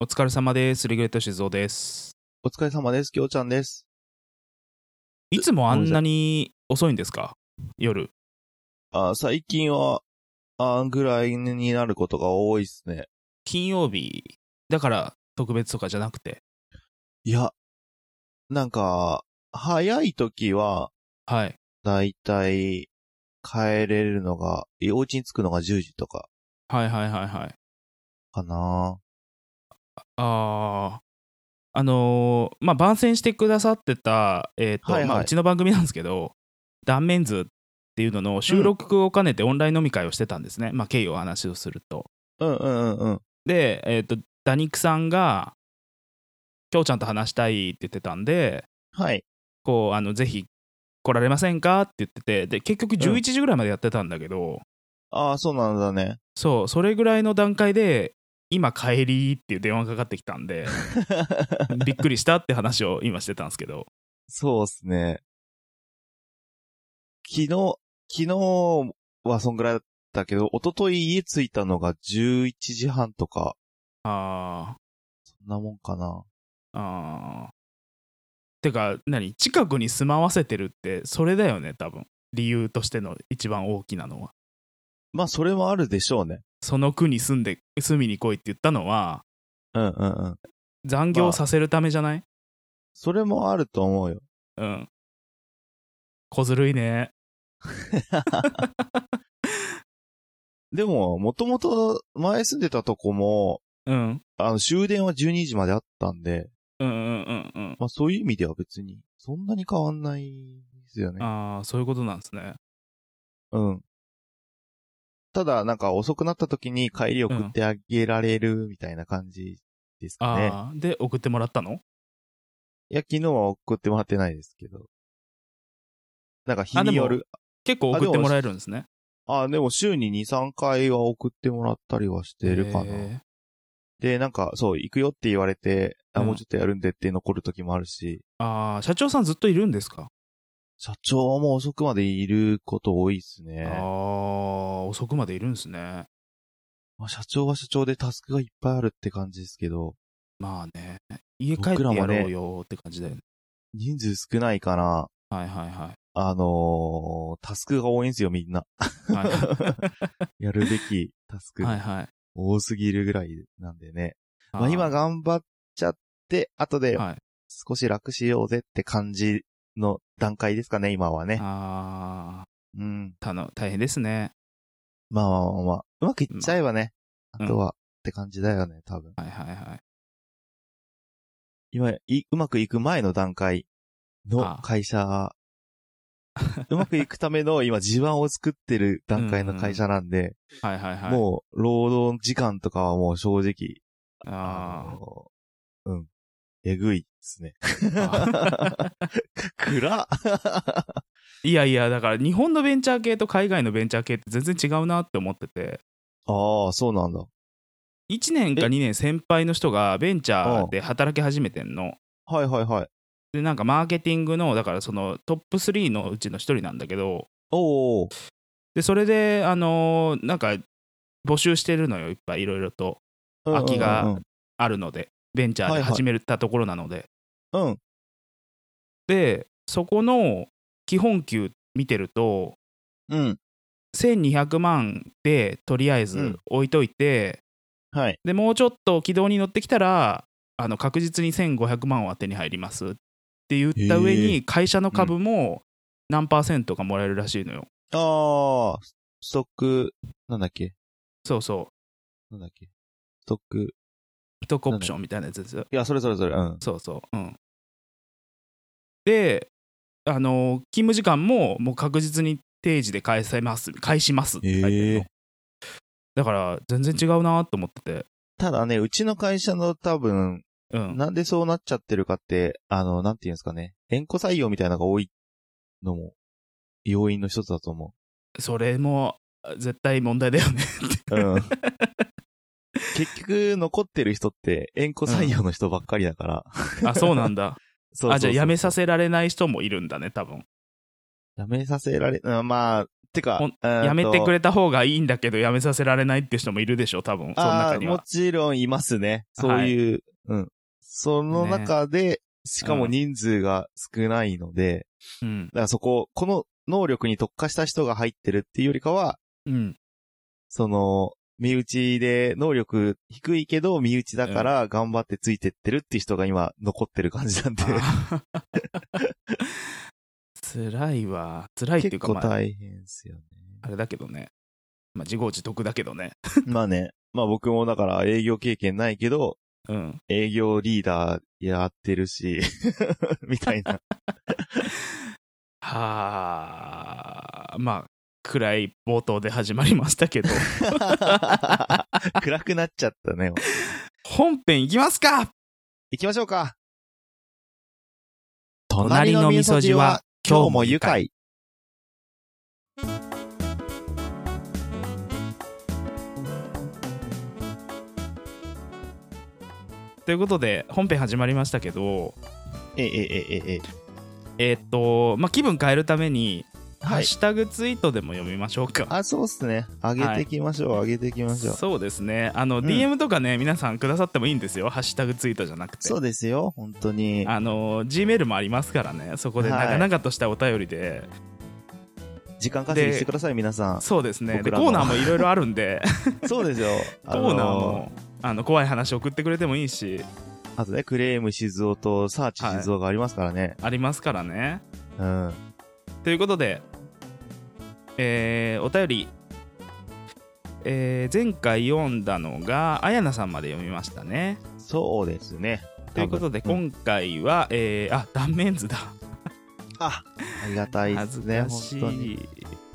お疲れ様です。リグレット静雄です。お疲れ様です。きょうちゃんです。いつもあんなに遅いんですか夜。あ最近は、あぐらいになることが多いっすね。金曜日。だから特別とかじゃなくて。いや、なんか、早い時は、はい。だいたい、帰れるのが、お家に着くのが10時とか、はいはいはいはい。かなあー。あのーまあ、番宣してくださってた、えっ、と、はいはいまあ、うちの番組なんですけど、断面図っていうのの収録を兼ねてオンライン飲み会をしてたんですね。まあ、経緯をお話をすると。うんうんうんうん。で、えっ、と、ダニクさんが、きょうちゃんと話したいって言ってたんで、はい。こうあのぜひ来られませんかって言っててで結局11時ぐらいまでやってたんだけど、ああ、そうなんだね。そうそれぐらいの段階で今帰りっていう電話がかかってきたんでびっくりしたって話を今してたんですけどそうっすね。昨日、昨日はそんぐらいだったけど、一昨日家着いたのが11時半とか、あーそんなもんかな。あーてか何近くに住まわせてるってそれだよね多分理由としての一番大きなのはまあ、それもあるでしょうね。その区に住んで住みに来いって言ったのはうんうんうん。残業させるためじゃない、それもあると思うよ。うん小ずるいねでも、もともと前住んでたとこも、うんあの、終電は12時まであったんで、うんうんうんうんまあそういう意味では別に、そんなに変わんないですよね。ああ、そういうことなんですね。うん。ただ、なんか遅くなった時に帰り送ってあげられるみたいな感じですかね。ああ、で、送ってもらったのいや、昨日は送ってもらってないですけど。なんか日あでにもよる。結構あ送でもってもらえるんですね。あ、でも週に2、3回は送ってもらったりはしてるかな。へで、なんか、そう、行くよって言われて、あ、うんもうちょっとやるんでって残る時もあるし、ーああ、社長さんずっといるんですか、社長も遅くまでいること多いですね。ああ、遅くまでいるんですね。まあ、社長は社長でタスクがいっぱいあるって感じですけど、まあね、家帰って僕やらもねろうよって感じだよね。人数少ないから、はいはいはい。あのータスクが多いんですよ、みんな。はいやるべき タスクはいはい。多すぎるぐらいなんでね。 まーあ、今、頑張っちゃって、後ではい、少し楽しようぜって感じの段階ですかね、今はね。ああ、うん。たの大変ですね。まあまあまあまあ、うまくいっちゃえばね、うんあとはって感じだよね、多分。はいはいはい。今、い、うまくいく前の段階のあ会社、うまくいくため の今地盤を作ってる段階の会社なんで、はいはいはい。う、もう労働時間とかはもう正直、あのうん、えぐいですね。あ。暗っいやいや、だから日本のベンチャー系と海外のベンチャー系って全然違うなって思ってて。ああ、そうなんだ。 1年かえ2年先輩の人がベンチャーで働き始めてんの。はいはいはい。でなんかマーケティングのだからそのトップ3のうちの1人なんだけどおおでそれであのーなんか募集してるのよいっぱいいろいろと空きがあるのでベンチャーはでいはい始めたところなので、うん、うんでそこの基本給見てるとうん。 1200万でとりあえうずん置いといて、はい。でもうちょっと軌道に乗ってきたらあの確実に1500万は手に入りますって言った上へに会社の株も何パーセントかもらえるらしいのよ。ああ、ストック、なんだっけそうそうなんだっけストック、ストックオプションみたいなやつですよ。いや、それそれそれ、うん。そうそう。うん、で、あの勤務時間ももう確実に定時で返せます、返しますって書いてるのへえだから全然違うなと思ってて。ただね、うちの会社の多分、うん、なんでそうなっちゃってるかって、あの、なんていうんですかね。縁故採用みたいなのが多いのも、要因の一つだと思それも絶対問題だよ ね。う。 うん。結局、残ってる人って、縁故採用の人ばっかりだから。あ、そうなんだ。そうそうそうあ、じゃあ辞めさ。せられない人もいるんだね、多分。やめさせられ、うんまあ、てかほん、ややめてくれ。れた方がいいんだけど、やめさせられないって人もいるでしょ、多分、その中ああ、にもは。ちろんいますね。そういう、うん。その中で、しかも人数が少ないので、うん。だからそこ、この能力に特化した人が入ってるっていうよりかは、うん。その、身内で能力低いけど、身内だから頑張ってついてってるって人が今残ってる感じなんで、 辛いわ。辛いってい結うか、構まあ、大変で すよね。あれだけどね。まあ、自業自得だけどね。まあね、まあ僕もだから営業経験ないけど、うん。営業リーダーやってるし、 みた いな。はあ、まあ、暗い冒頭で始まりましたけ ど、暗くなっちゃったね。本編いきますか行きましょうか。隣の味噌汁は今日も愉快。ということで、本編始まりましたけど、ええええええ。えーっと、まあ、気分変えるために、ハはッい。シュタグツイートでも読みましょうか。あ、そうっすね。上げていきましょう、上げていきましょう。そうですね。あの、ん DM とかね、皆さんくださってもいいんですよ。ハッシュタグツイートじゃなくてそ。うですよ、本当に。あの、Gmail もありますからね。そこでは長い々としたお便りで。時間稼ぎでしてください、皆さそうですね。で、僕らコのーナーもいろいろあるん で、ん。そ うですよ。コーナーも、あの、怖い話送ってくれてもいいし、あのーあとね、クレーム静雄とサーチ静雄がありますからね。ありますからね。うん。ということで、えーお便り、えー前回読んだのが、あやなさんまで読みましたね。そうですね。ということで、多分今回は、えーあ、断面図だ。あ、ありがたいで恥すずね、か本し当に。い。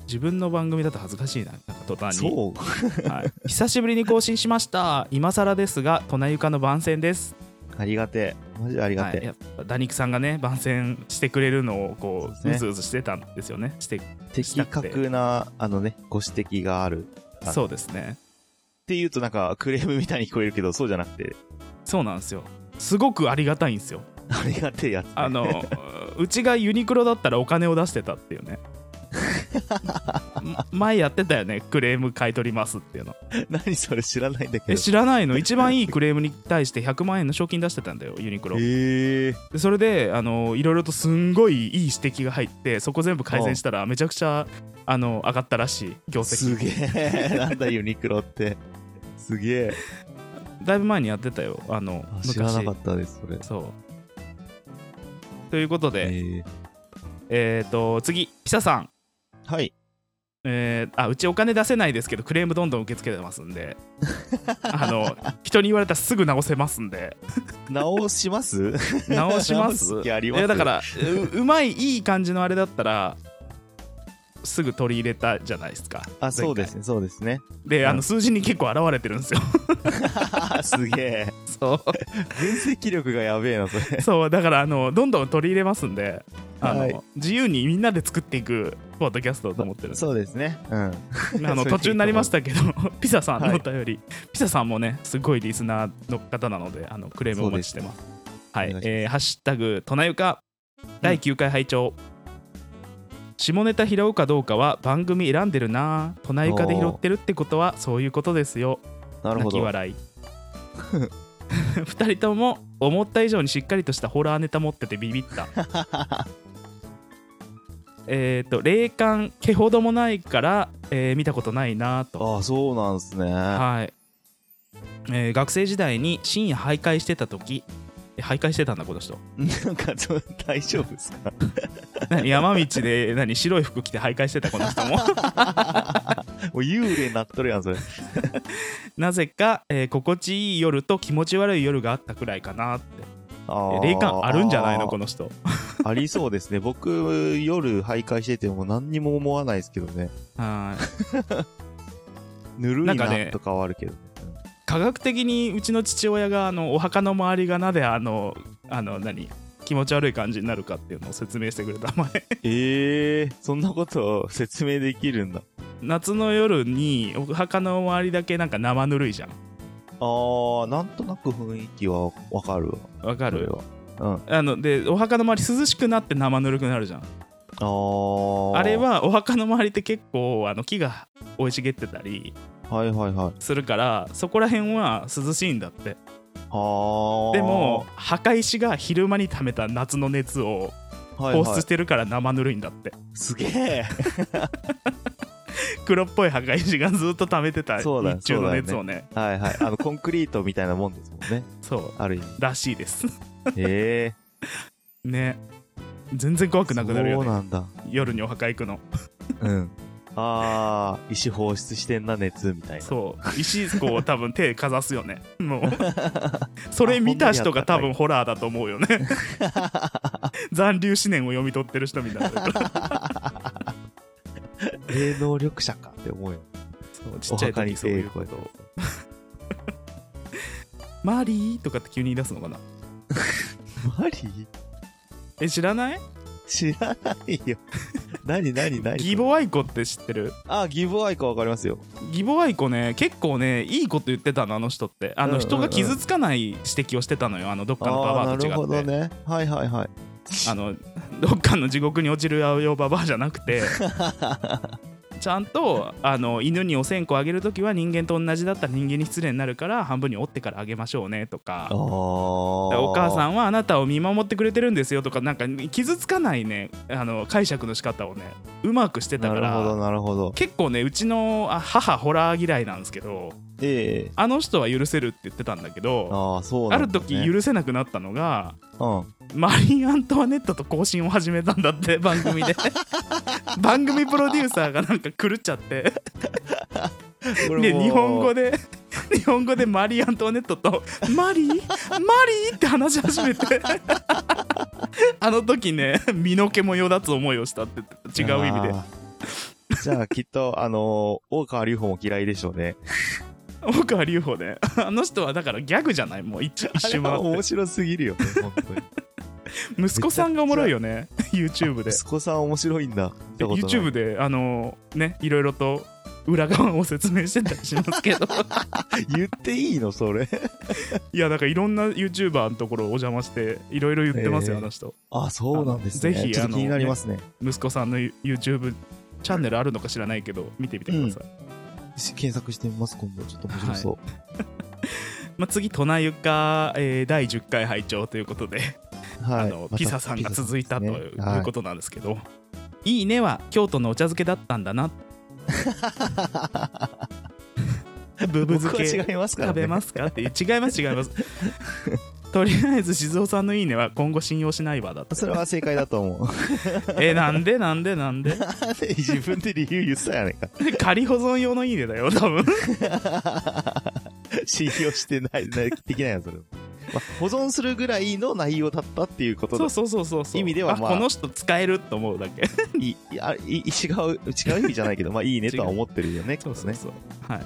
自分の番組だと恥ずかしいな、なんか途端に。そう。はい、久しぶりに更新しました。今更ですが、隣床の番宣です。ありがてえ。マジでありがはてい、やっぱダニクさんがね、番宣してくれるのを、こそう、うでうすずうずしてたんですよね。してえ。的確な、あのね、ご指摘がある。っあそうですね。て言うとなんか、クレームみたいに聞こえるけど、そうじゃなくて、そうなんですよ。すごくありがたいんですよ。ありがてえやつね。あ のうちがユニクロだったらお金を出してたっていう ねま前やってたよねクレーム買い取りますっていうの何それ知らないんだけえど。知らないの一番いいクレームに対して100万円の賞金出してたんだよユニクロええ。でそれであのいろいろとすんごいいい指摘が入ってそこ全部改善したらめちゃくちゃあの上がったらしい業績すげえ。 なんだユニクロって。すげえ。だいぶ前にやってたよあのあ昔知らなかったです、それ。そうということでえええっ、と次ピサさんはい。えーあうちお金出せないですけどクレームどんどん受け付けてますんで あの人に言われたらすぐ直せますんで直します直します 直す気ありいますやだからううまいいい感じのあれだったらすぐ取り入れたじゃないですか あ、そうですね、そうですね。であうのん数字に結構表れてるん ですよす げえ。そう分析力がやべえな、 そ れ。そうだからあのどんどん取り入れますんであの、はい自由にみんなで作っていくポッドキャストだと思ってるんでそうですね。うん。あのそれでいいと思う途中になりましたけど、ピザさんのはおい便り、ピザさんもね、すごいリスナーの方なので、あのクレームをお待ちしてます。はいお願いしますえーハッシュタグ、となゆか、第9回拝聴、下ネタ拾うかどうかは番組選んでるなぁ、となゆかで拾ってるってことはそういうことですよ、なる泣ほきど。笑い。2人とも思った以上にしっかりとしたホラーネタ持っててビビ った。えっと霊感毛ほどもないから、えー見たことないなぁとあ、そうなんすね。はい、えー学生時代に深夜徘徊してた時え徘徊してたんだこの 人なんか、ちょっと大丈夫ですか何山道で何白い服着て徘徊してたこの人 ももう幽霊になっとるやん、それ。なぜか、えー心地いい夜と気持ち悪い夜があったくらいかなってあえー霊感あるんじゃないのこあの人ーありそうですね。僕、夜徘徊してても何にも思わないですけどね。はいぬるないんかねなとかはあるけどね。科学的にうちの父親があのお墓の周りがなぜあのあの何気持ち悪い感じになるかっていうのを説明してくれた前ええー、そんなことを説明できるんだ。 夏の夜にお墓の周りだけなんか生ぬるいじゃんあー、なんとなく雰囲気はわかるわ。わかそれるは。うん。あのでお墓の周り涼しくなって生ぬるくなるじゃんああ。あれ。はお墓の周りって結構あの木が生い茂ってたりはいはいはい。するからそこら辺は涼しいんだってああ。でも、墓石が昼間に溜めた夏の熱をはい放は出いし、てるから生ぬるいんだって、すげえ。黒っぽい墓石がずっと溜めてた日そうだ中の熱そをうねはいはい。あの、コンクリートみたいなもんですもんね。そうある意味。らしいです へえ。ね全然怖くなくなるよそうねなんだ。夜にお墓行くのうん。ああ、石放出してんな、熱みたいな。そう石こう多分手かざすよ ねもうそれ見た人が多分ホラーだと思うよ ね残留思念を読み取ってる人みたいな霊能力者かって思うよ。そうちっちゃい時にそういうことおをマリーとかって急に言い出すのかなマリえ知らない知らない よ。何何何義母愛子って知ってるあ、ギボアイかわかりますよ。義母愛子ね結構ねいいこと言ってたのあの人ってあうんうのんうん人が傷つかない指摘をしてたのよあのどっかのバあバあアー、とな違るほってどね。はいはいはい。あのどっかの地獄に落ちる青よババアじゃなく てちゃんとあの犬にお線香あげるときは人間と同じだったら人間に失礼になるから半分に折ってからあげましょうねとかああ。おお母さん。んはあなたを見守ってくれてるんですよとかなんか傷つかないねあの解釈の仕方をねうまくしてたなかるほど、らなるほど。結構ねうちのあ母ホラー嫌いなんですけどええあの人は許せるって言ってたんだけどああ、そうあなんだ、るね。時許せなくなったのがうん。マリー・アントワネットと交信を始めたんだって番組 で番組プロデューサーがなんか狂っちゃってで日本語で。で日本語でマリー・アントワネットと「マリーマリー!」って話し始め てあの時ね身の毛もよだつ思いをしたって違う意味であー。じゃあ、きっと、あのー、大川隆法も嫌いでしょうね。大川隆法であの人はだからギャグじゃないもう一一周あれは回っ面て白すぎるよね、本当に。息子さんがおもろいよね YouTube で息子さん面白いんだ。見でたことない YouTube であのねいろいろと裏側を説明してたりしますけ ど言っていいのそれ。いやだからいろんな YouTuber のところお邪魔していろいろ言ってますよ、へーあの人あ、そうなんですね。あのぜひちょっあとの気になりますね。息子さんの YouTube チャンネルあるのか知らないけど見てみてください、し検索してみます、今度。ちょっと面白そう。まあ、次「トナユカ、えー第10回拝聴ということで、はあい。のまたピザさんが続いたとピザさいんですうねはいことなんですけど「い、いね」は京都のお茶漬けだったんだ なブブ漬僕はけ違いますから食ね。べますかって違います違います とりあえず静雄さんの「いいね」は今後信用しないわだってそれは正解だと思う。えなんでなんでなん で自分で理由言ってたやないか。仮保存用の「いいね」だよ多分信用してない、ないできないよ、それ。まあ、保存するぐらいの内容だったっていうことだそうそうそうそうそう意味ではまあこの人使えると思うだけいいいあい違う、違う意味じゃないけど、まあいいねとは思ってるよね、そうそきうっとね。そう、はい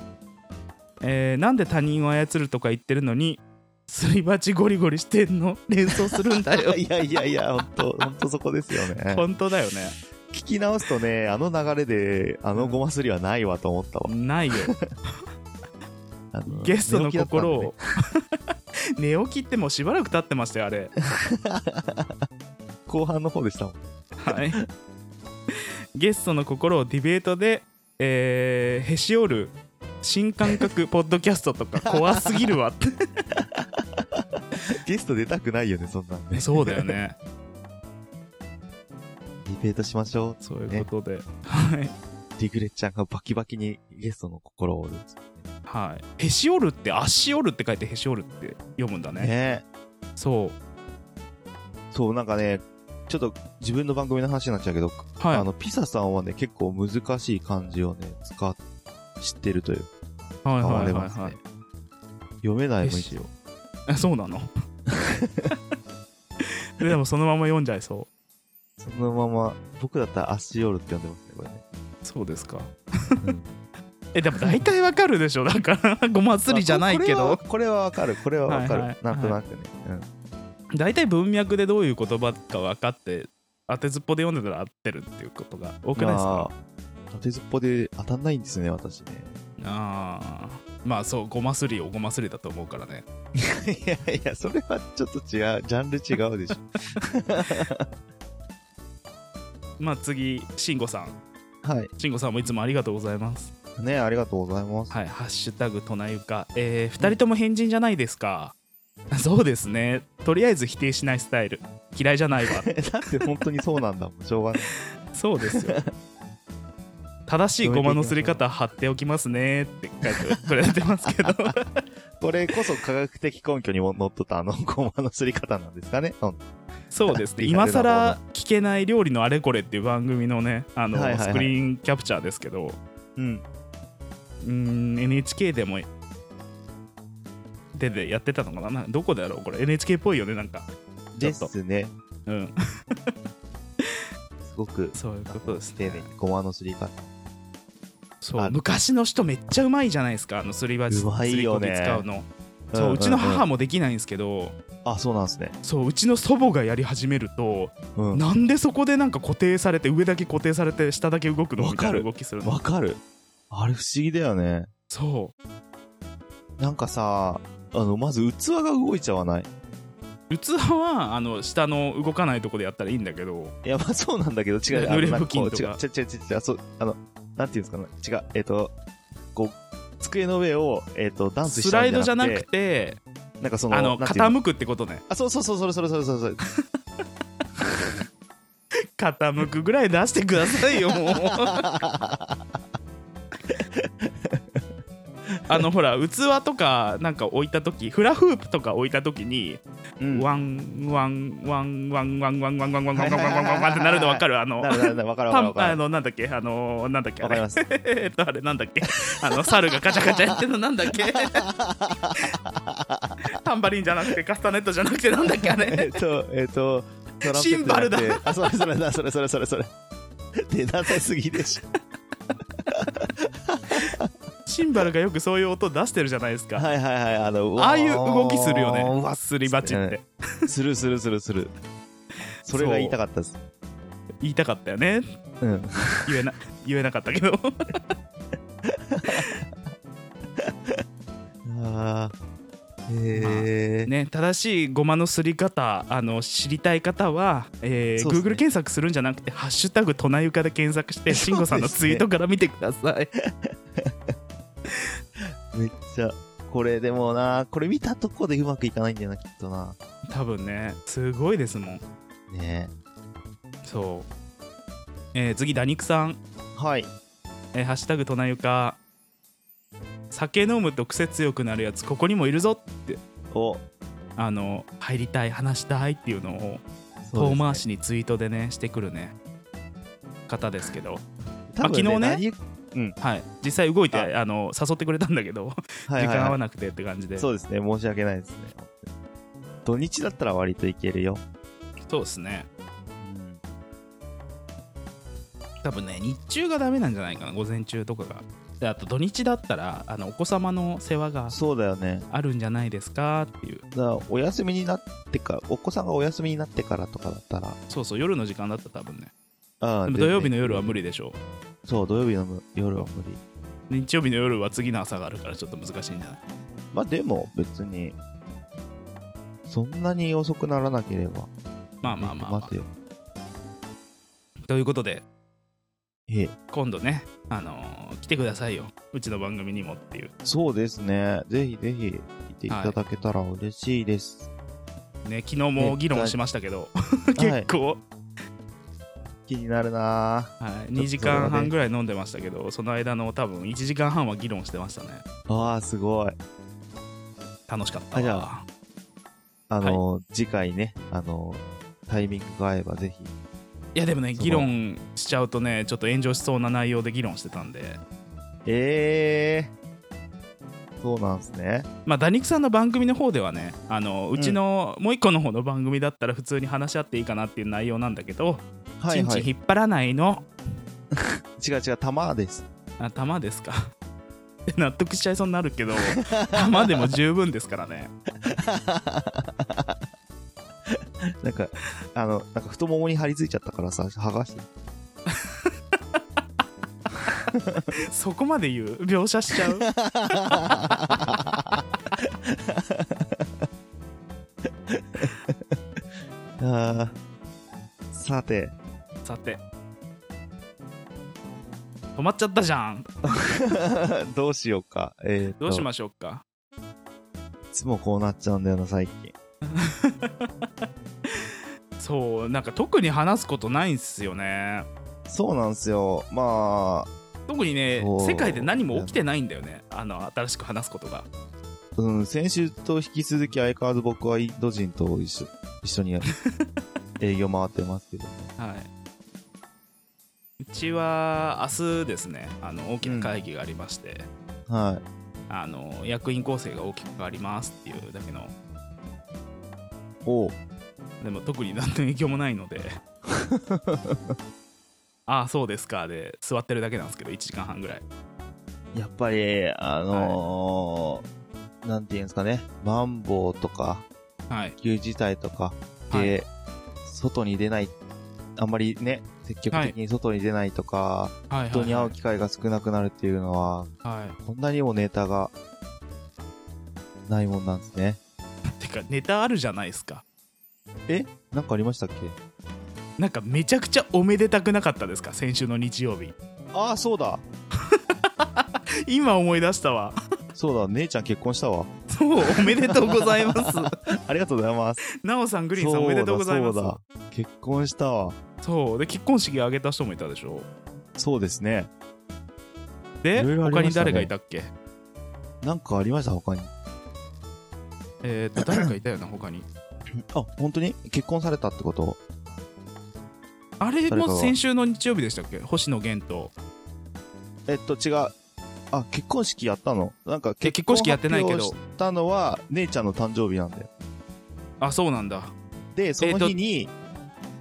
えーなんで他人を操るとか言ってるのにすり鉢ゴリゴリしてんの連想するんだよいやいやいや、本当本当そこですよ ね。本当だよね聞き直すとね、あの流れで、あのゴマすりはないわと思ったわ。ないよ あのゲストの心。寝起を 寝起きってもうしばらく経ってましたよあれきだったんで後半の方でしたもん。はい、ゲストの心をディベートで、えーへし折る新感覚ポッドキャストと か怖すぎるわってゲスト出たくないよね、そんなんね。そうだよねリベートしましょう。そういうことで、はい、リグレちゃんがバキバキにゲストの心を折るんですよはい、へし折るって足折るって書いてへし折るって読むんだね。ねねそうそう、なんかね、ちょっと自分の番組の話になっちゃうけど、はいあの、ピサさんはね、結構難しい漢字をね、使っ、知ってるというはいか、はわいれはいますね。はい読めないもん一応。あそうなの でもそのまま読んじゃいそうそのまま、僕だったらアッシオールって呼んでますね、これね。そうですか うんえでも大体わかるでしょだからごまつりじゃないけまあどここれはわかる、これはわかる。はいはいなんとなくね。うん大体文脈でどういう言葉か分かって当てずっぽで読んでたら合ってるっていうことが多くないですかまあ縦ずっぽで当たんないんですね、私 ね。あーまあそうごますりをごますりだと思うからねいやいや、それはちょっと違う、ジャンル違うでしょ。まあ次、慎吾さん。はい。慎吾さんもいつもありがとうございます。ねありがとうございます。はい、ハッシュタグ、となゆか。えー、2人とも変人じゃないですか。 そうですね。とりあえず否定しないスタイル。嫌いじゃないわ。 だって本当にそうなんだもん、しょうがない。そうですよ。正しいゴマのすり方貼っておきますねって書いてくれてますけどこれこそ科学的根拠にものっとったあの、 ゴマのすり方なんですかね。うんそうですね今更聞けない料理のあれこれっていう番組のねあの、はいはいはいスクリーンキャプチャーですけどうん。うーん NHK でもででやってたのかななどこだろうこれ NHK っぽいよねなんかちょでっとすね。 うんすごく、そういうことです丁ね寧にゴマのすり方。そうあ昔の人めっちゃうまいじゃないですかあのすり鉢うますいりよこねぎ使うのそう,、うちの母もできないんですけどあ、そうなんですね。そううちの祖母がやり始めるとうん。なんでそこでなんか固定されて上だけ固定されて下だけ動くのわみたかいるな動きするのわかる。あれ不思議だよね。そなんかさ、あの、まず器が動いちゃわない。う器はあの下の動かないとこでやったらいいんだけどいや、まあそうなんだけど、違う。ぬれ布巾とかあのなんこう違う、違う、違う、違う、そう、あの、なんていうんですかね。違う、えっ、と、こう、机の上を、えっ、と、ダンスしスたラんイドじゃなくてなんかその、あのなんていう傾くってことねあ、そうそうそう、それそれそれそれそれ。傾くぐらい出してくださいよ もうあのほら器とかなんか置いた時フラフープとか置いた時にうん。ワンワンワンワンワンワンワンワンワンワンワンワンワンワンワンってなるの分かるあのなるなるなる、わかるわパかるわンかある。のなんだっけあのなんだ っけあわかりれます。えっとあれなんだっけあの猿がガチャガチャやってんのなんだっ けタンバリンじゃなくてカスタネットじゃなくてなんだっけあ えれっと、えっと、トランペットじゃなくてシンバルだあ、それそれだ、それそれそれ それ。手なさすぎでしシンバルがよくそういう音出してるじゃないですょ。か、はいはいはい、あの、ああいう動きするようねわすり鉢ってするするするする。それが言いたかったです。言いたかったよねうん。言えな言えなかったけ どああ。へえ。ね正しいごまのすり方あの知りたい方は、えーそうですね Google 検索するんじゃなくて「ハッシュタグとなゆか」で検索して慎吾さんのツイートから見てください、めっちゃ。これでもな、これ見たとこでうまくいかないんだよな、きっとな。多分ねすごいですもんねそう、えー次ダ肉さんはい。えーハッシュタグとなゆか」酒飲むと癖強くなるやつここにもいるぞってお、あの入りたい話したいっていうのをそうです遠ね回しにツイートでねしてくるね方ですけど、多分あ昨日ね何はいはい、実際動いてああの誘ってくれたんだけど、はい時間合はわなくてって感じでい。そうですね、申し訳ないですね。土日だったら割といけるよ。そうですねうん。多分ね日中がダメなんじゃないかな午前中とかがであと土日だったらあのお子様の世話がそうだよね。あるんじゃないですかっていうだからお休みになってから、お子さんがお休みになってからとかだったら、そうそう夜の時間だったら多分ねああでも土曜日の夜は無理でしょそう、土曜日の夜は無理。う日曜日の夜は次の朝があるからちょっと難しいんじゃないまあでも別に、そんなに遅くならなければ。まあまあまあ、まあ待てよ。ということでええ、今度ねあのー来てくださいようちの番組にもっていうそうですね。ぜひぜひ、来ていただけたら嬉しいです。ね昨日も議論しましたけどは結い構、気になるなぁはい、2時間半ぐらい飲んでましたけどその間の多分1時間半は議論してましたねああ、すごい。楽しかったあじゃわあの、次回ね、あの、タイミングが合えばぜひ。いやでもねすごい議論しちゃうとねちょっと炎上しそうな内容で議論してたんでええー。そうなんですね。まあダニクさんの番組の方ではねあのうちのもう一個の方の番組だったら普通に話し合っていいかなっていう内容なんだけど、はいはチンチンい。引っ張らないの違う違う、玉です。 あ玉ですか って納得しちゃいそうになる けど玉でも十分ですからねなんか、あの、なんか太ももに張り付いちゃったからさ、剥がして。そこまで言う描写しちゃ うああ。さて、さて止まっちゃったじゃん。 どうしようか。えー、どうしいましょうか。つもこうなっちゃうんだよな、最近。そう、なんか特に話すことないんすよね。そうなんですよ。まあ、特にねそう、世界で何も起きてないんだよね。あの、新しく話すことが。うん、先週と引き続き相変わらず僕はインド人と一緒一緒に 営業回ってますけど。はい。うちは明日ですね、あの大きな会議がありまして、はあの役員構成が大きく変わりますっていうだけの、い。おうでも特に何の影響もないの で、ああ、そうですか、で、座ってるだけなんですけど、1時間半ぐらい。やっぱり、あのーなんていうんですかね、マンボウとか、はい。緊急事態とかで、は外に出ない、あんまりね、積極的に外に出ないとか、はい、人に会はう機会が少なくなるっていうのは、い。はこんなにもネタがないもんなんですね。い、てか、ネタあるじゃないですか。なんかありましたっけなんかめちゃくちゃおめでたくなかったですか先週の日曜日 ああ、そうだ今思い出したわそうだ、姉ちゃん結婚したわ。そうおめでとうございます ありがとうございます。なおさんグリーンさんそおめでとうございますだそそううだ。結婚したわ。で結婚式挙げた人もいたでしょそうですね。でいろいろあり他まにしたね誰がいたっけなんかありました他に。えー、っと誰かいたよな他にあ、本当に結婚されたってことあれ誰かもが先週の日曜日でしたっけ星野源とえっと、違う。あ、結婚式やったのなんか結婚式やってないけど結婚発表したのは、姉ちゃんの誕生日なんだよ。あそうなんだで、そえのーと日に、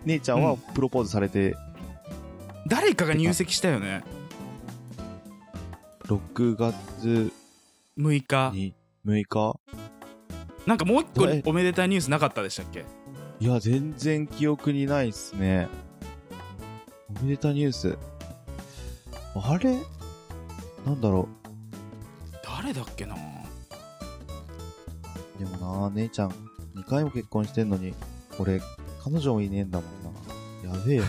姉ちゃんうはんプロポーズされて、誰かが入籍したよね6月6日に6日なんかもう一個誰おめでたいニュースなかったでしたっけいや、全然記憶にないっすね。おめでたニュース。あれなんだろ誰だっけなう。でもな、姉ちゃん、2回も結婚してんのに、俺、彼女もいねえんだもんな。やべえよ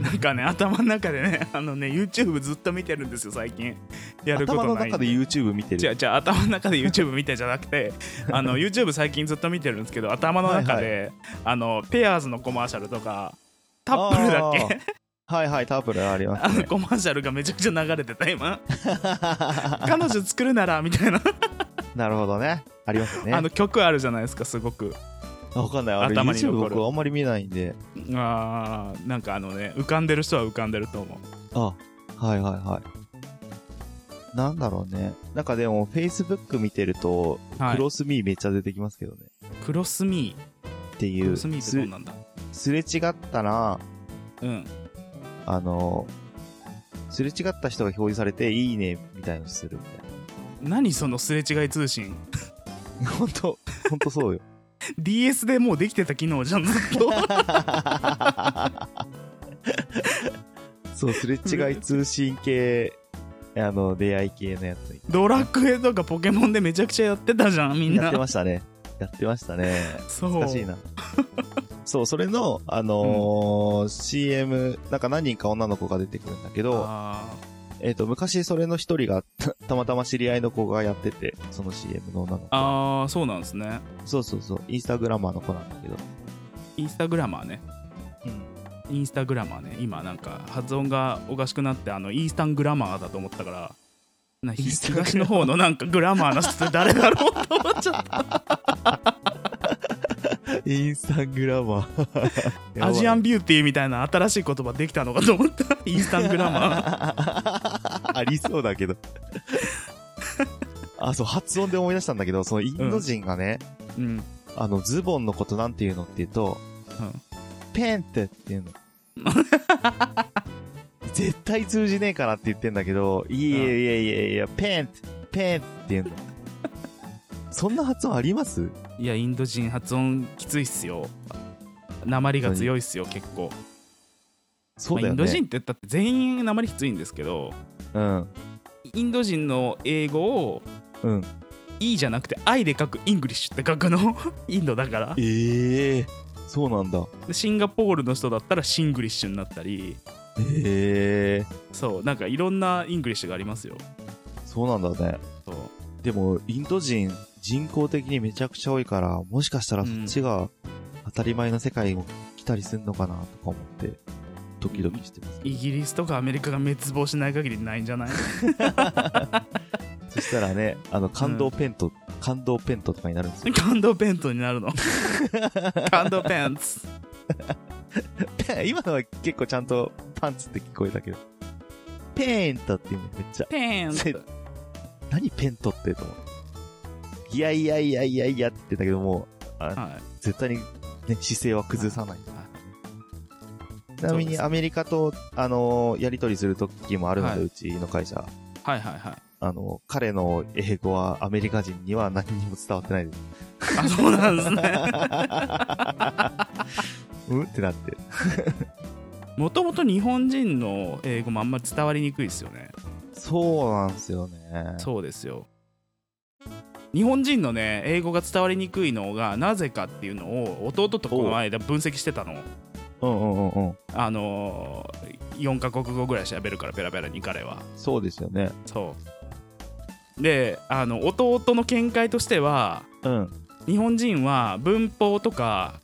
なんかね頭の中でねあのね YouTube ずっと見てるんですよ最近 やな。ること頭のないん中で YouTube 見てじゃる。あじゃあ頭の中で YouTube 見てじゃなく てあの YouTube 最近ずっと見てるんですけど頭の中で、あのペアーズのコマーシャルとかタップルだっけあーはいはい、タープルありまあすのね。コマーシャルがめちゃくちゃ流れてた今彼女作るならみたいな、なるほどね。ありますね。あの曲あるじゃないですかすごくわかんない。あれ頭に YouTube 残る僕あんまり見ないんで。あーなんかあのね浮かんでる人は浮かんでると思うあ、はいはいはい。なんだろうね。なんかでも、Facebook 見てると、はいクロスミーめっちゃ出てきますけどね。クロスミーっていクロう、スミーってすどうなんだすれ違ったら、うんあの、すれ違った人が表示されて、いいね、みたいのするみた い何そのすれ違い通信な。ほんと、ほんとそうよ。 DS でもうできてた機能 じゃんずっとそう、すれ違い通信系、あの、出会い系のやつドラクエとかポケモンでめちゃくちゃやってたじゃんみんな やってましたね。やってましたね。そう懐かしいな。そう、それの、あのー CM、なんか何人か女の子が出てくるんだけど、あえっ、と、昔それの一人がた、たまたま知り合いの子がやってて、その CM の女の子。ーあーそうなんですねそうそうそう、インスタグラマーの子なんだけど。インスタグラマーねうん。インスタグラマーね今なんか発音がおかしくなってあのイースタングラマーだと思ったからなインスタグラマー東の方のなんかグラマーの人って誰だろうと思っちゃっインスタグラマー。た アジアンビビューティーみたいな新しい言葉できたのかと思った インスタングラマーー。 ありそうだけど。あ、そう、発音で思い出したんだけど、そのインド人がね、うんあの、ズボンのことなんて言うのって言うと、うんペンテって言うの。 絶対通じねえからって言ってんだけど、いやいやいやいやいや、ペンテ、ペンテって言うの。そんな発音ありますいやインド人発音きついっすよ鉛が強いっすよ結構、そうまあイだよンドね人。って言ったって全員鉛きついんですけどうん。インド人の英語をうん。 「E」じゃなくて「I」で書く「イングリッシュ」って書くのインドだからええそうなんだ。でシンガポールの人だったらシングリッシュになったりへえ、そうなんかいろんなイングリッシュがありますよそうなんだね。そうでも、インド人、人口的にめちゃくちゃ多いから、もしかしたらそっちが当たり前の世界も来たりすんのかなとか思って、ドキドキしてます。イギリスとかアメリカが滅亡しない限りないんじゃないそしたらね、あの、感動ペント、感動ペントとかにな るんですよ。感動ペントになる の感動ペンツ今のは結構ちゃんとパンツって聞こえたけど。ペントって今めっちゃ、ペンツせ何ペントってと思って。いやいやいやいやいやって言ってたけども、はい絶対に、ね、姿勢は崩さない。ちなみそうでにすねアメリカと、あのやり取りするときもあるので、はいうちの会社。はいはいはいあの、彼の英語はアメリカ人には何にも伝わってないです。あそうなんですね うんってなって。もともと日本人の英語もあんまり伝わりにくいですよねそうなんですよね。そうですよ日本人のね英語が伝わりにくいのがなぜかっていうのを弟とこの間分析してたのうんうんうんうん。あのー、4カ国語ぐらい喋るからペラペラに彼はそうですよね。そうであの弟の見解としてはうん。日本人は文法とか、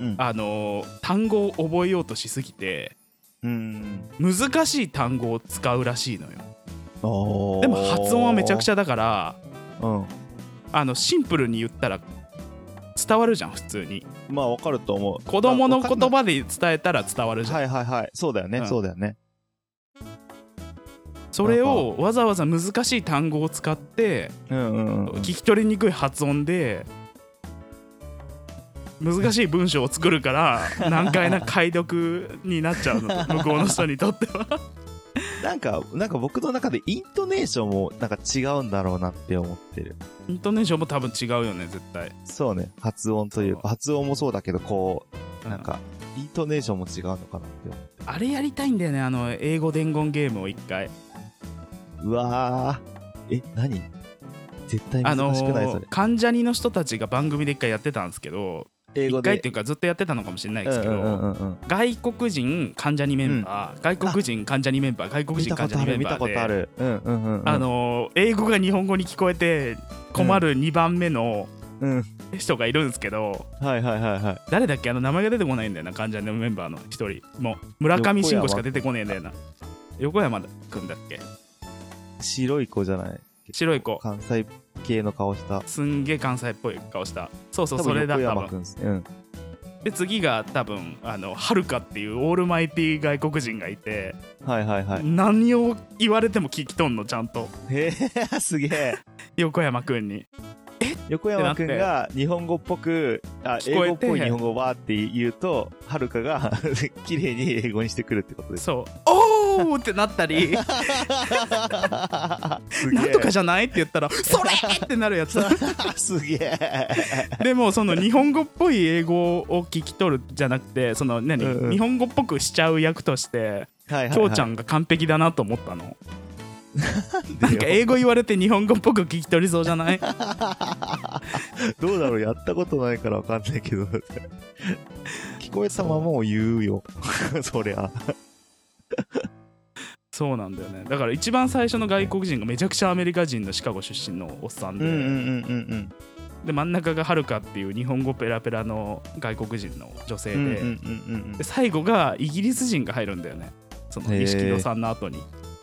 うんあのー単語を覚えようとしすぎてうん。難しい単語を使うらしいのよおーでも発音はめちゃくちゃ。ゃだからうん。あのシンプルに言ったら伝わるじゃん普通にまあわかると思う。子供のまあわ言葉で伝えたら伝わるじゃん、かんないはいはいはい。そうだよね、うんそうだよね。それをわざわざ難しい単語を使ってうんうんうん。聞き取りにくい発音で難しい文章を作るから 難解な解読になっちゃうのと向こうの人にとってはなんか、なんか僕の中でイントネーションもなんか違うんだろうなって思ってる。イントネーションも多分違うよね絶対そうね。発音というそか、発音もそうだけど、こう、うんなんか、イントネーションも違うのかなって思って。あれやりたいんだよねあの英語伝言ゲームを一回うわー。え、何絶対あ難のしくないそれ。関ジャニの人たちが番組で一回やってたんですけど英一語回っでて。いうかずっとやってたのかもしれないですけうど、んうんうんうん。外国人関ジャニメンバー、外国人関ジャニメンバー外国見人た関こジとャあニメる、ン見バたーこでとある。うんうんうんうん。あ、の英語が日本語に聞こえて困る2番目のうん。人がいるんですけど、はいはいはいはい。誰だっけあの名前が出てこないんだよな患者のメンバーの一人もう村上信五しか出てこねえんだよな横山くんだっけ白い子じゃない白い子関西系の顔した。すんげえ関西っぽい顔したそうそう多そ分れだ横多山く分んですね。うん。で次が多分あのはるかっていうオールマイティー外国人がいて、はいはいはい。何を言われても聞きとんのちゃんとへえ、すげえ。横山くんに横山くんが日本語っぽく、あ、聞こ英語えってぽい日本語はって言うと、はるかが 綺麗に英語にしてくるってことです。そう「お お!」ってなったりすなげんえ。とかじゃないって言ったら「 それ!」ってなるやつ すげえ。でもその日本語っぽい英語を聞き取るじゃなくてその何、うんうん日本語っぽくしちゃう役としてはいはい、はい。きょうちゃんが完璧だなと思ったのななんか英語言われて日本語っぽく聞き取りそうじゃないどうだろうやったことないからわかんないけど。 聞こえたままを言うよ。 そりゃ。そうなんだよねだから一番最初の外国人がめちゃくちゃアメリカ人のシカゴ出身のおっさんで、んうんで真ん中がはるかっていう日本語ペラペラの外国人の女性うで,、んうんで最後がイギリス人が入るんだよねそのへー錦戸さんの後に。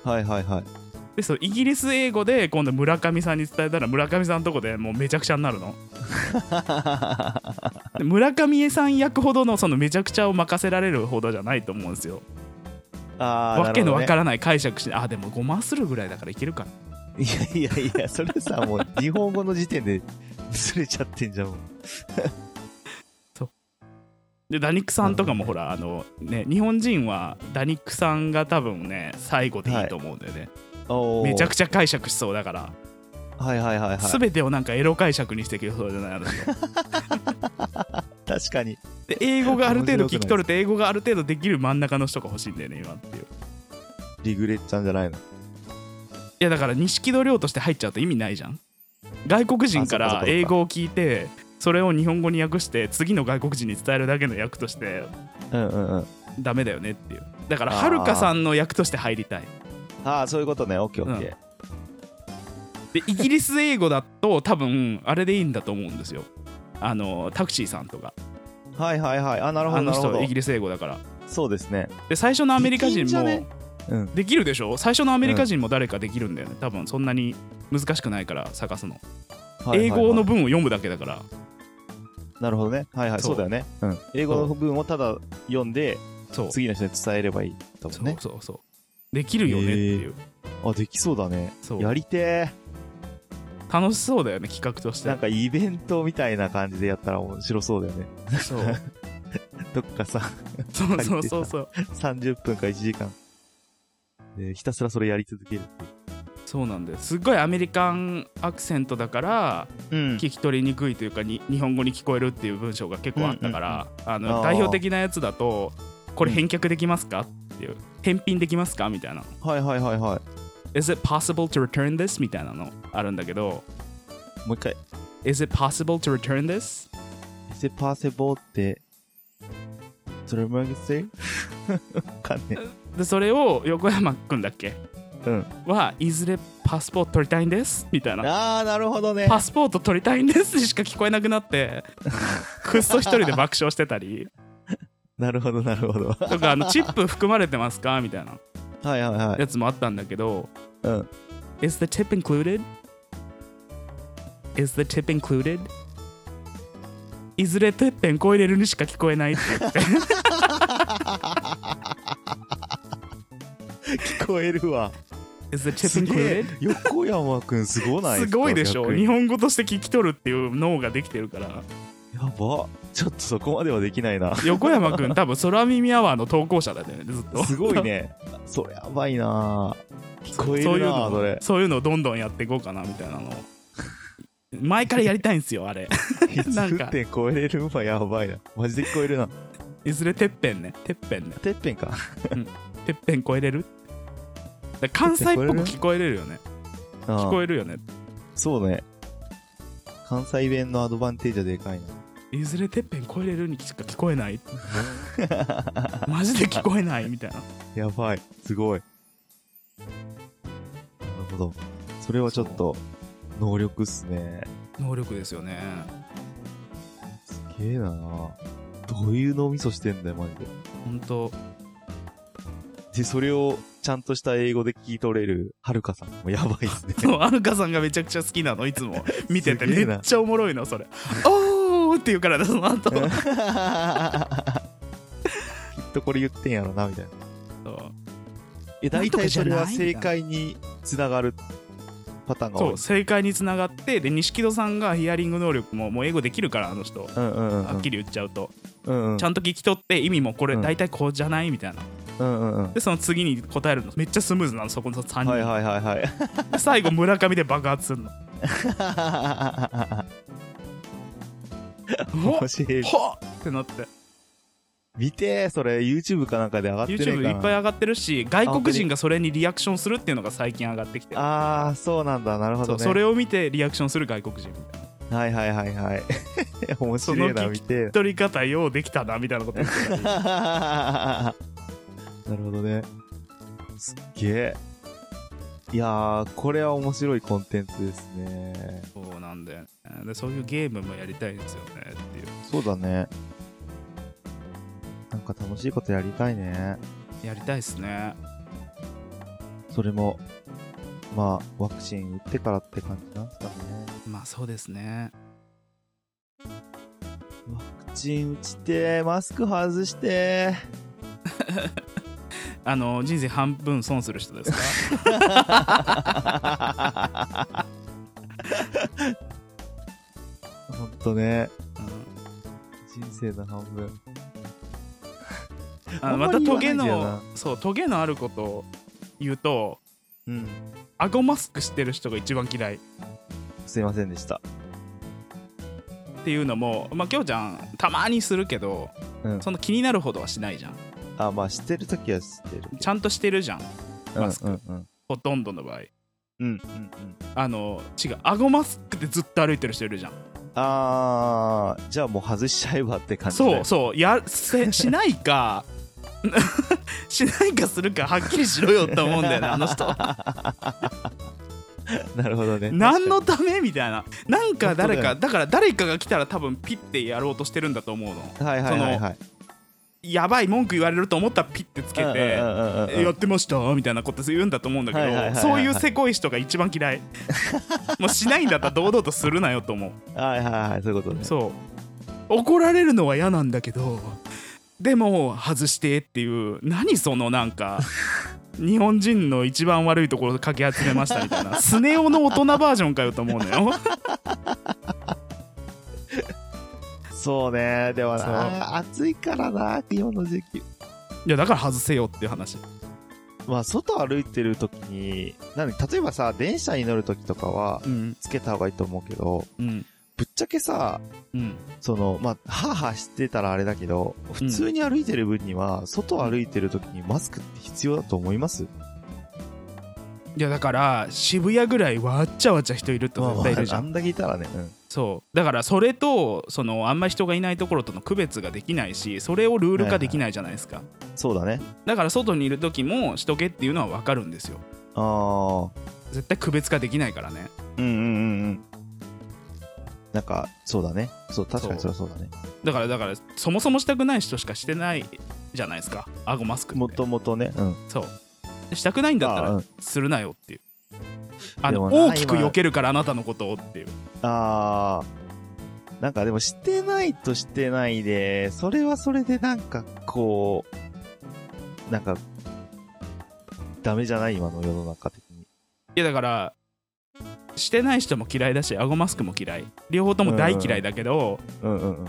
うん。はいはいはい。でそうイギリス英語で今度村上さんに伝えたら村上さんのとこでもうめちゃくちゃになる ので村上さん役ほどのそのめちゃくちゃを任せられるほどじゃないと思うんですよ。あーわけのわかなるらない解釈して、あでもごまするぐらいだからいけるかな。ほどねいやいやいや、それさ、もう日本語の時点でずれちゃってんじゃん。もうでダニックさんとかもほらあのね日本人はダニックさんが多分ね最後でいいと思うんだよね、おーめちゃくちゃ解釈しそうだから、はいはいはいはい。全てをなんかエロ解釈にしてきそうじゃないあの人確かに。で英語がある程度面白くない聞き取れて英語がある程度できる真ん中の人が欲しいんだよね今っていういリグレッちゃんじゃないの。やだから錦戸亮として入っちゃうと意味ないじゃん外国人かあそっらかそっかそっか英語を聞いてそれを日本語に訳して次の外国人に伝えるだけの役としてうんうんうん。ダメだよねっていうだからあーはるかさんの役として入りたいああ、そういうことね。オッケーオッケー。でイギリス英語だと多分あれでいいんだと思うんですよあのタクシーさんとかはいはいはい。あ、なるほあどなのるほ人どイ。ギリス英語だからそうですね。で最初のアメリカ人できんじゃねもうん。できるでしょ最初のアメリカ人も誰かできるんだよね多分そんなに難しくないから探すのはいはい英はい語の文を読むだけだからなるほどね。はいはい。そそううだよね。うん。英語の文をただ読んで、そう次の人に伝えればいいと思そうねう。そうそうできるよねっていうあ、できそうだね。そうやりて楽しそうだよね企画としー。なてんかイベントみたいな感じでやったら面白そう だよね。そうどっかさ、そうそうそうそう30分か1時間。でひたすらそれやり続ける。そうなんですすっごいアメリカンアクセントだからうん。聞き取りにくいというかに日本語に聞こえるっていう文章が結構あったから、ああのー代表的なやつだと「これ返却できますか?」っていう「返品できますか?」みたいなはいはいはいは「い。Is it possible to return this?」みたいなのあるんだけどもう一回。 「Is it possible to return this? エセパーセボーって、それもやげてわかんねえ。」でそれを横山くんだっけうん。は「いずれパスポート取りたいんです」みたいなあー、なるほどね。パスポート取りたいんですしか聞こえなくな ってくっそ一人で爆笑してたりなるほど、なるほど。はとかあのチップ含まれてますかみたいないはいはい。やつもあったんだけどうん。 Is the tip included? Is the tip included? いずれてっぺんこ入れるにしか聞こえないって言って聞こえるわ。 Is the tip すげえ included? 横山くんすごないすごいでしょ逆に日本語として聞き取るっていう脳ができてるからやばちょっとそこまではできないな横山くん多分空耳アワーの投稿者だよねずっとすごいねそれやばいな聞こ えそういるうなそのれそういうのをどんどんやっていこうかなみたいなのを前からやりたいんですよあれ なんか1点超えれるんはやばいなマジで聞こ えるないずれてっぺんねてっぺんねてっぺんかてっぺん超えれるだから関西っぽく聞こえれるよね聞聞こええるよねそうね関西弁のアドバンテージはでかいないずれてっぺん超えれるにしか聞こえない マジで聞こえないみたいなやばいすごいなるほどそれはちょっと能力っすね能力ですよねすげえなどういう脳みそしてんだよマジでほんとで、それをちゃんとした英語で聞き取れるはるかさんもやばいです ね。そうアルカさんがめちゃくちゃ好きなのいつ も見ててすげめえなっちゃおもろいのそ れ「おー!」って言うからねその後きっとこれ言ってんやろな、みたいな。そうえ、なん大とか体じゃそれないは正解につながるパターンが多そ。いう正解につながってで錦戸さんがヒアリング能力ももう英語できるからあの人うんうんうん。はっきり言っちゃうと、うんうん。ちゃんと聞き取って意味もこれうん大体こうじゃないみたいなうんうんうん。でその次に答えるのめっちゃスムーズなのそこの3人、はいはいは いはい。で最後村上で爆発する のほっ面白い。ほっってなって見て、それ YouTube かなんかで上がってる YouTube いっぱいい。上がってるし外国人がそれにリアクションするっていうのが最近上がってきてあー、そうなんだ。なるほそどうね。それを見てリアクションする外国人みたいなはいはいはいはい。 面白いそな、の聞見きて。 取り方ようできたなみたいなこと言ってたりなるほどね。すっげえ。いやー、これは面白いコンテンツですね。 そうなんだよねでそういうゲームもやりたいんですよねっていうそうだね。なんか楽しいことやりたいね。やりたいっすねそれも、まあ、ワクチン打ってからって感じなんですかね。まあそうですねワクチン打ちてー、マスク外してあの人生半分損する人 ですかー。ほんとね、うん人生の半分。あのあんままりたトゲ言わないんだよなのそうトゲのあることを言うとうん。顎マスクしてる人が一番嫌いっすいませんでした。ていうのもまあきょうちゃんたまにするけどうん。その気になるほどはしないじゃんあ、まあ、知ってるときは知ってるけど。ちゃんとしてるじゃんマスクうんうんうん。ほとんどの場合うんうんうん。あの違う顎マスクでずっと歩いてる人いるじゃんあー、じゃあもう外しちゃえばって感じだそようそうやせしないか しないかするかはっきりしろよって思うんだよ ねあの人なるほどね。何の確ためみたいななんか誰本当だかよだから誰かが来たら多分ピッてやろうとしてるんだと思うのかにはいはいはいはい。やばい文句言われると思ったらピッてつけてうんうんうんうんうんやってましたみたいなこと言うんだと思うんだはいはいはけいはどいそういうせこい人が一番 嫌いもうしないんだったら堂々とするなよと思うはいはいはい、そういうことね。そう怒られるのは嫌なんだけどでも外してっていう何そのなん か日本人の一番悪いところをかき集めましたみたいなスネ夫の大人バージョンかよと思うの よそうね。でもそうな、暑いからな、今の時期。いやだから外せよっていう話まあ、外歩いてる時に、なんで、例えばさ、電車に乗る時とかは、うんつけた方がいいと思うけど、うんぶっちゃけさ、うんその、まあ、はあはあしてたらあれだけど、普通に歩いてる分には、外歩いてる時にマスクって必要だと思いますいやだから渋谷ぐらいわっちゃわちゃ人いるって絶対いるじゃあんんだけいたらね、うん。そうだからそれとそのあんまり人がいないところとの区別ができないしそれをルール化できないじゃないですか、そうだね。だから外にいる時もしとけっていうのは分かるんですよあー、絶対区別化できないからねうんうんうんうん。なんか、そうだね。そう、確かにそれはそうだね。だからだからそもそもしたくない人しかしてないじゃないですか顎マスクってもともとね、うん。そうでしたくないんだったあうらんするなよっていうあでのもな大きく避けるからあなたのことをっていうあー、なんかでもしてないとしてないで、それはそれでなんかこう、なんか、ダメじゃない今の世の中的に。いやだからしてない人も嫌いだし顎マスクも嫌い両方とも大嫌いだけど、うんうんうん。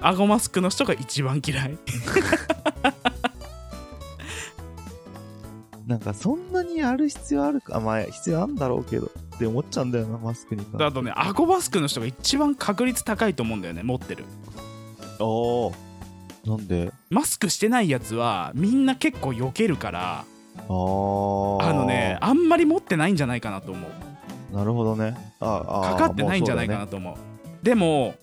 顎マスクの人が一番嫌いなんかそんなにやる必要あるか、まあ必要あんだろうけど、って思っちゃうんだよな、マスクに関あとね顎マスクの人が一番確率高いと思うんだよね持ってるおー。なんでマスクしてないやつはみんな結構避けるからあー。あのね、あんまり持ってないんじゃないかなと思うなるほどね。ああかかってないんじゃないかなと思うでも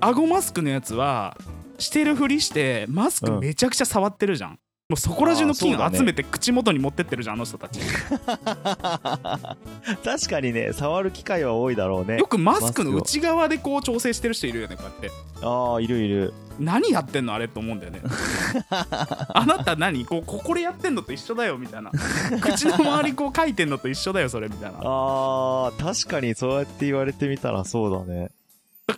顎マスクのやつはしてるふりしてマスクうんめちゃくちゃ触ってるじゃん、もうそこら中の菌あーそうだね集めて口元に持ってってるじゃんあの人たち、ね。 確かにね、触る機会は多いだろうねよ。くマスクの内側でこう調整してる人いるよねこうやってああ、いるいる。何やってんのあれと思うんだよ ねあなた何こうここでやってんのと一緒だよみたいな口の周りこう書いてんのと一緒だよそれみたいなああ、確かにそうやって言われてみたらそうだね。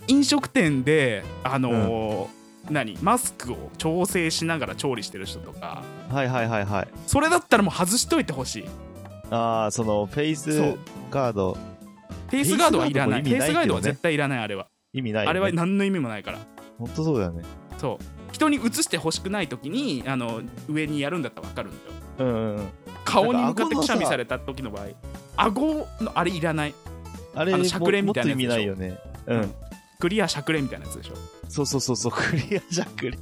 飲食店であのー何マスクを調整しながら調理してる人とかはいはいはいはい。それだったらもう外しといてほしいフああ、その、フェイスそうガード、ェイスガードはいらないフフェェイイススガガーードドはも意味ないっていうね絶対いらないあれは、意味ない、ね。あれは何の意味もないからほんとそうだよね。そう人に移してほしくない時にあの上にやるんだったら分かるんだようんうんうん。顔に向かってなくんか顎のしさゃみされた時の場合顎のあれいらないあれ、あものしゃくれみたいなやつもっと意味ないよね。うん。うんクリアしゃくれみたいなやつでしょそうそうそうそう、クリアしゃくれ。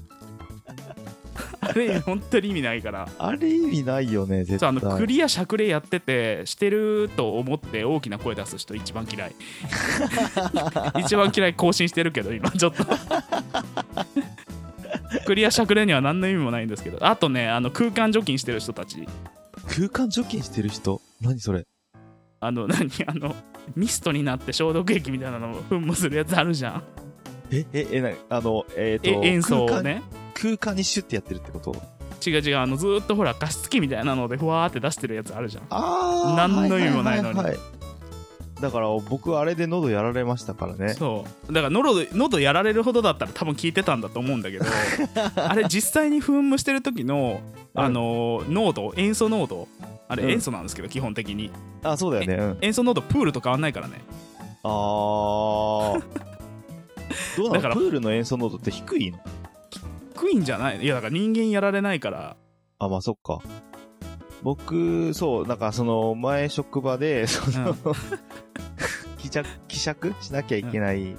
あれ本当に意味ないからあれ意味ないよね、絶そう対。あのクリアしゃくれやっててしてると思って大きな声出す人一番嫌い 一番嫌い更新してるけど今ちょっとクリアしゃくれには何の意味もないんですけどあとねあの空間除菌してる人たち空間除菌してる人何それあの何あのミストになって消毒液みたいなのを噴霧するやつあるじゃんえ、え、え、なあの、えっ、えと、塩素を空間ね空間にシュッてやってるってこと違う違うあのずーっとほら加湿器みたいなのでふわーって出してるやつあるじゃんあ何の意味もないのにはははいだから僕あれで喉やられましたからねそうだから喉喉やられるほどだったら多分聞いてたんだと思うんだけ どあれ実際に噴霧してる時の、あの濃度塩素濃度あれうん塩素なんですけど、基本的にあそうだよねうん塩素濃度プールと変わんないからね あーどうなだのからプールの塩素濃度って低いの低いんじゃないいやだから人間やられないからあまあそっか僕そうなんかその前職場でその、 希釈希釈しなきゃいけない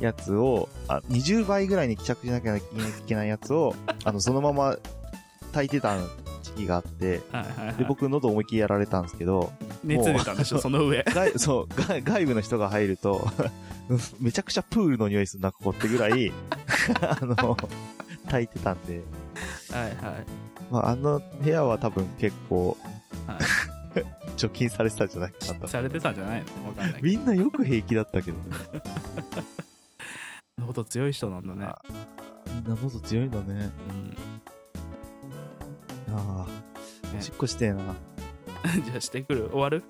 やつを、あ20倍ぐらいに希釈しなきゃいけないやつをあのそのまま炊いてた時期があってはいはい、はい、で僕喉思いっきりやられたんですけど熱出たんでしょその 上外そう外外部の人が入ると めちゃくちゃプールの匂いするなここってぐらい あの炊いてたんで、はいはいまあ、あの部屋は多分結構、 は除菌されてたんじゃな いかなとされてたんじゃないのわかんないけみんなよく平気だったけどねど喉強い人なんだねあみんな喉強いんだねうん ああ、ねおしっこしてえなじゃあしてくる終わる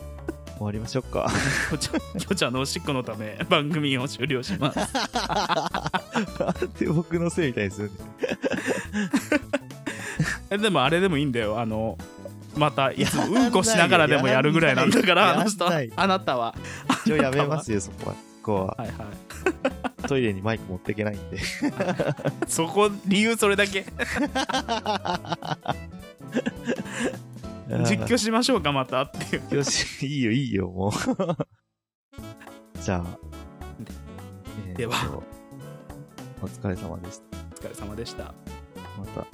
終わりましょうか きょちゃんきょちゃんのおしっこのため番組を終了しますで僕のせいみたいにするねえでもあれでもいいんだよあのまたいつもうんこしながらでもやるぐらいなんだからやらあないの人やらはないあなたは一応やめますよそこはそこははいはいトイレにマイク持っていけないんでそこ理由それだけ 実況しましょうかまたっていうよし、いいよ、いいよ、もう。 じゃあ、えーではと、お疲れ様でした。お疲れ様でしたまた、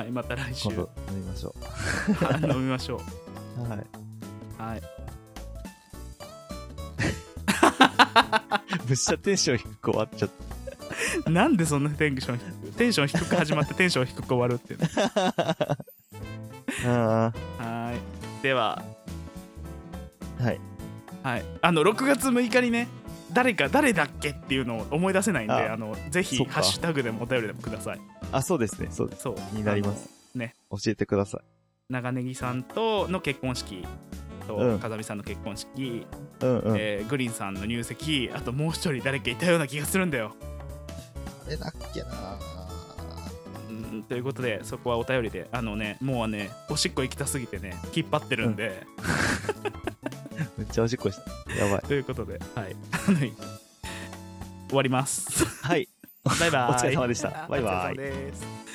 はいまた来週今度飲みましょ飲みましょう。はい。 うはいむっちゃテンション低く終わっちゃっなんでそんなテンション低くテンション低く始 まってテンション低く終わるっていうねた。あはーいではあ、はい。はいあの6月6日にね誰か誰だっけっていうのを思い出せないんでああのぜひそっかハッシュタグでもお便りでもくださいあ、そうですね。そうです。そう気になりますあのね教えてくださ長ネギさんとの結婚式と、うん風見さんの結婚式、い。うんうん。えーグリーンさんの入籍あともう一人誰かいたような気がするんだよ、あれだっけなうん、ということでそこはお便りであのねもうねおしっこ行きたすぎてね引っ張ってるんで、 めっちゃおしっこした。やばい。ということで、はい、 あの終わります。はい。バイバイ。 お疲れ様でしたバイバイお疲れ様です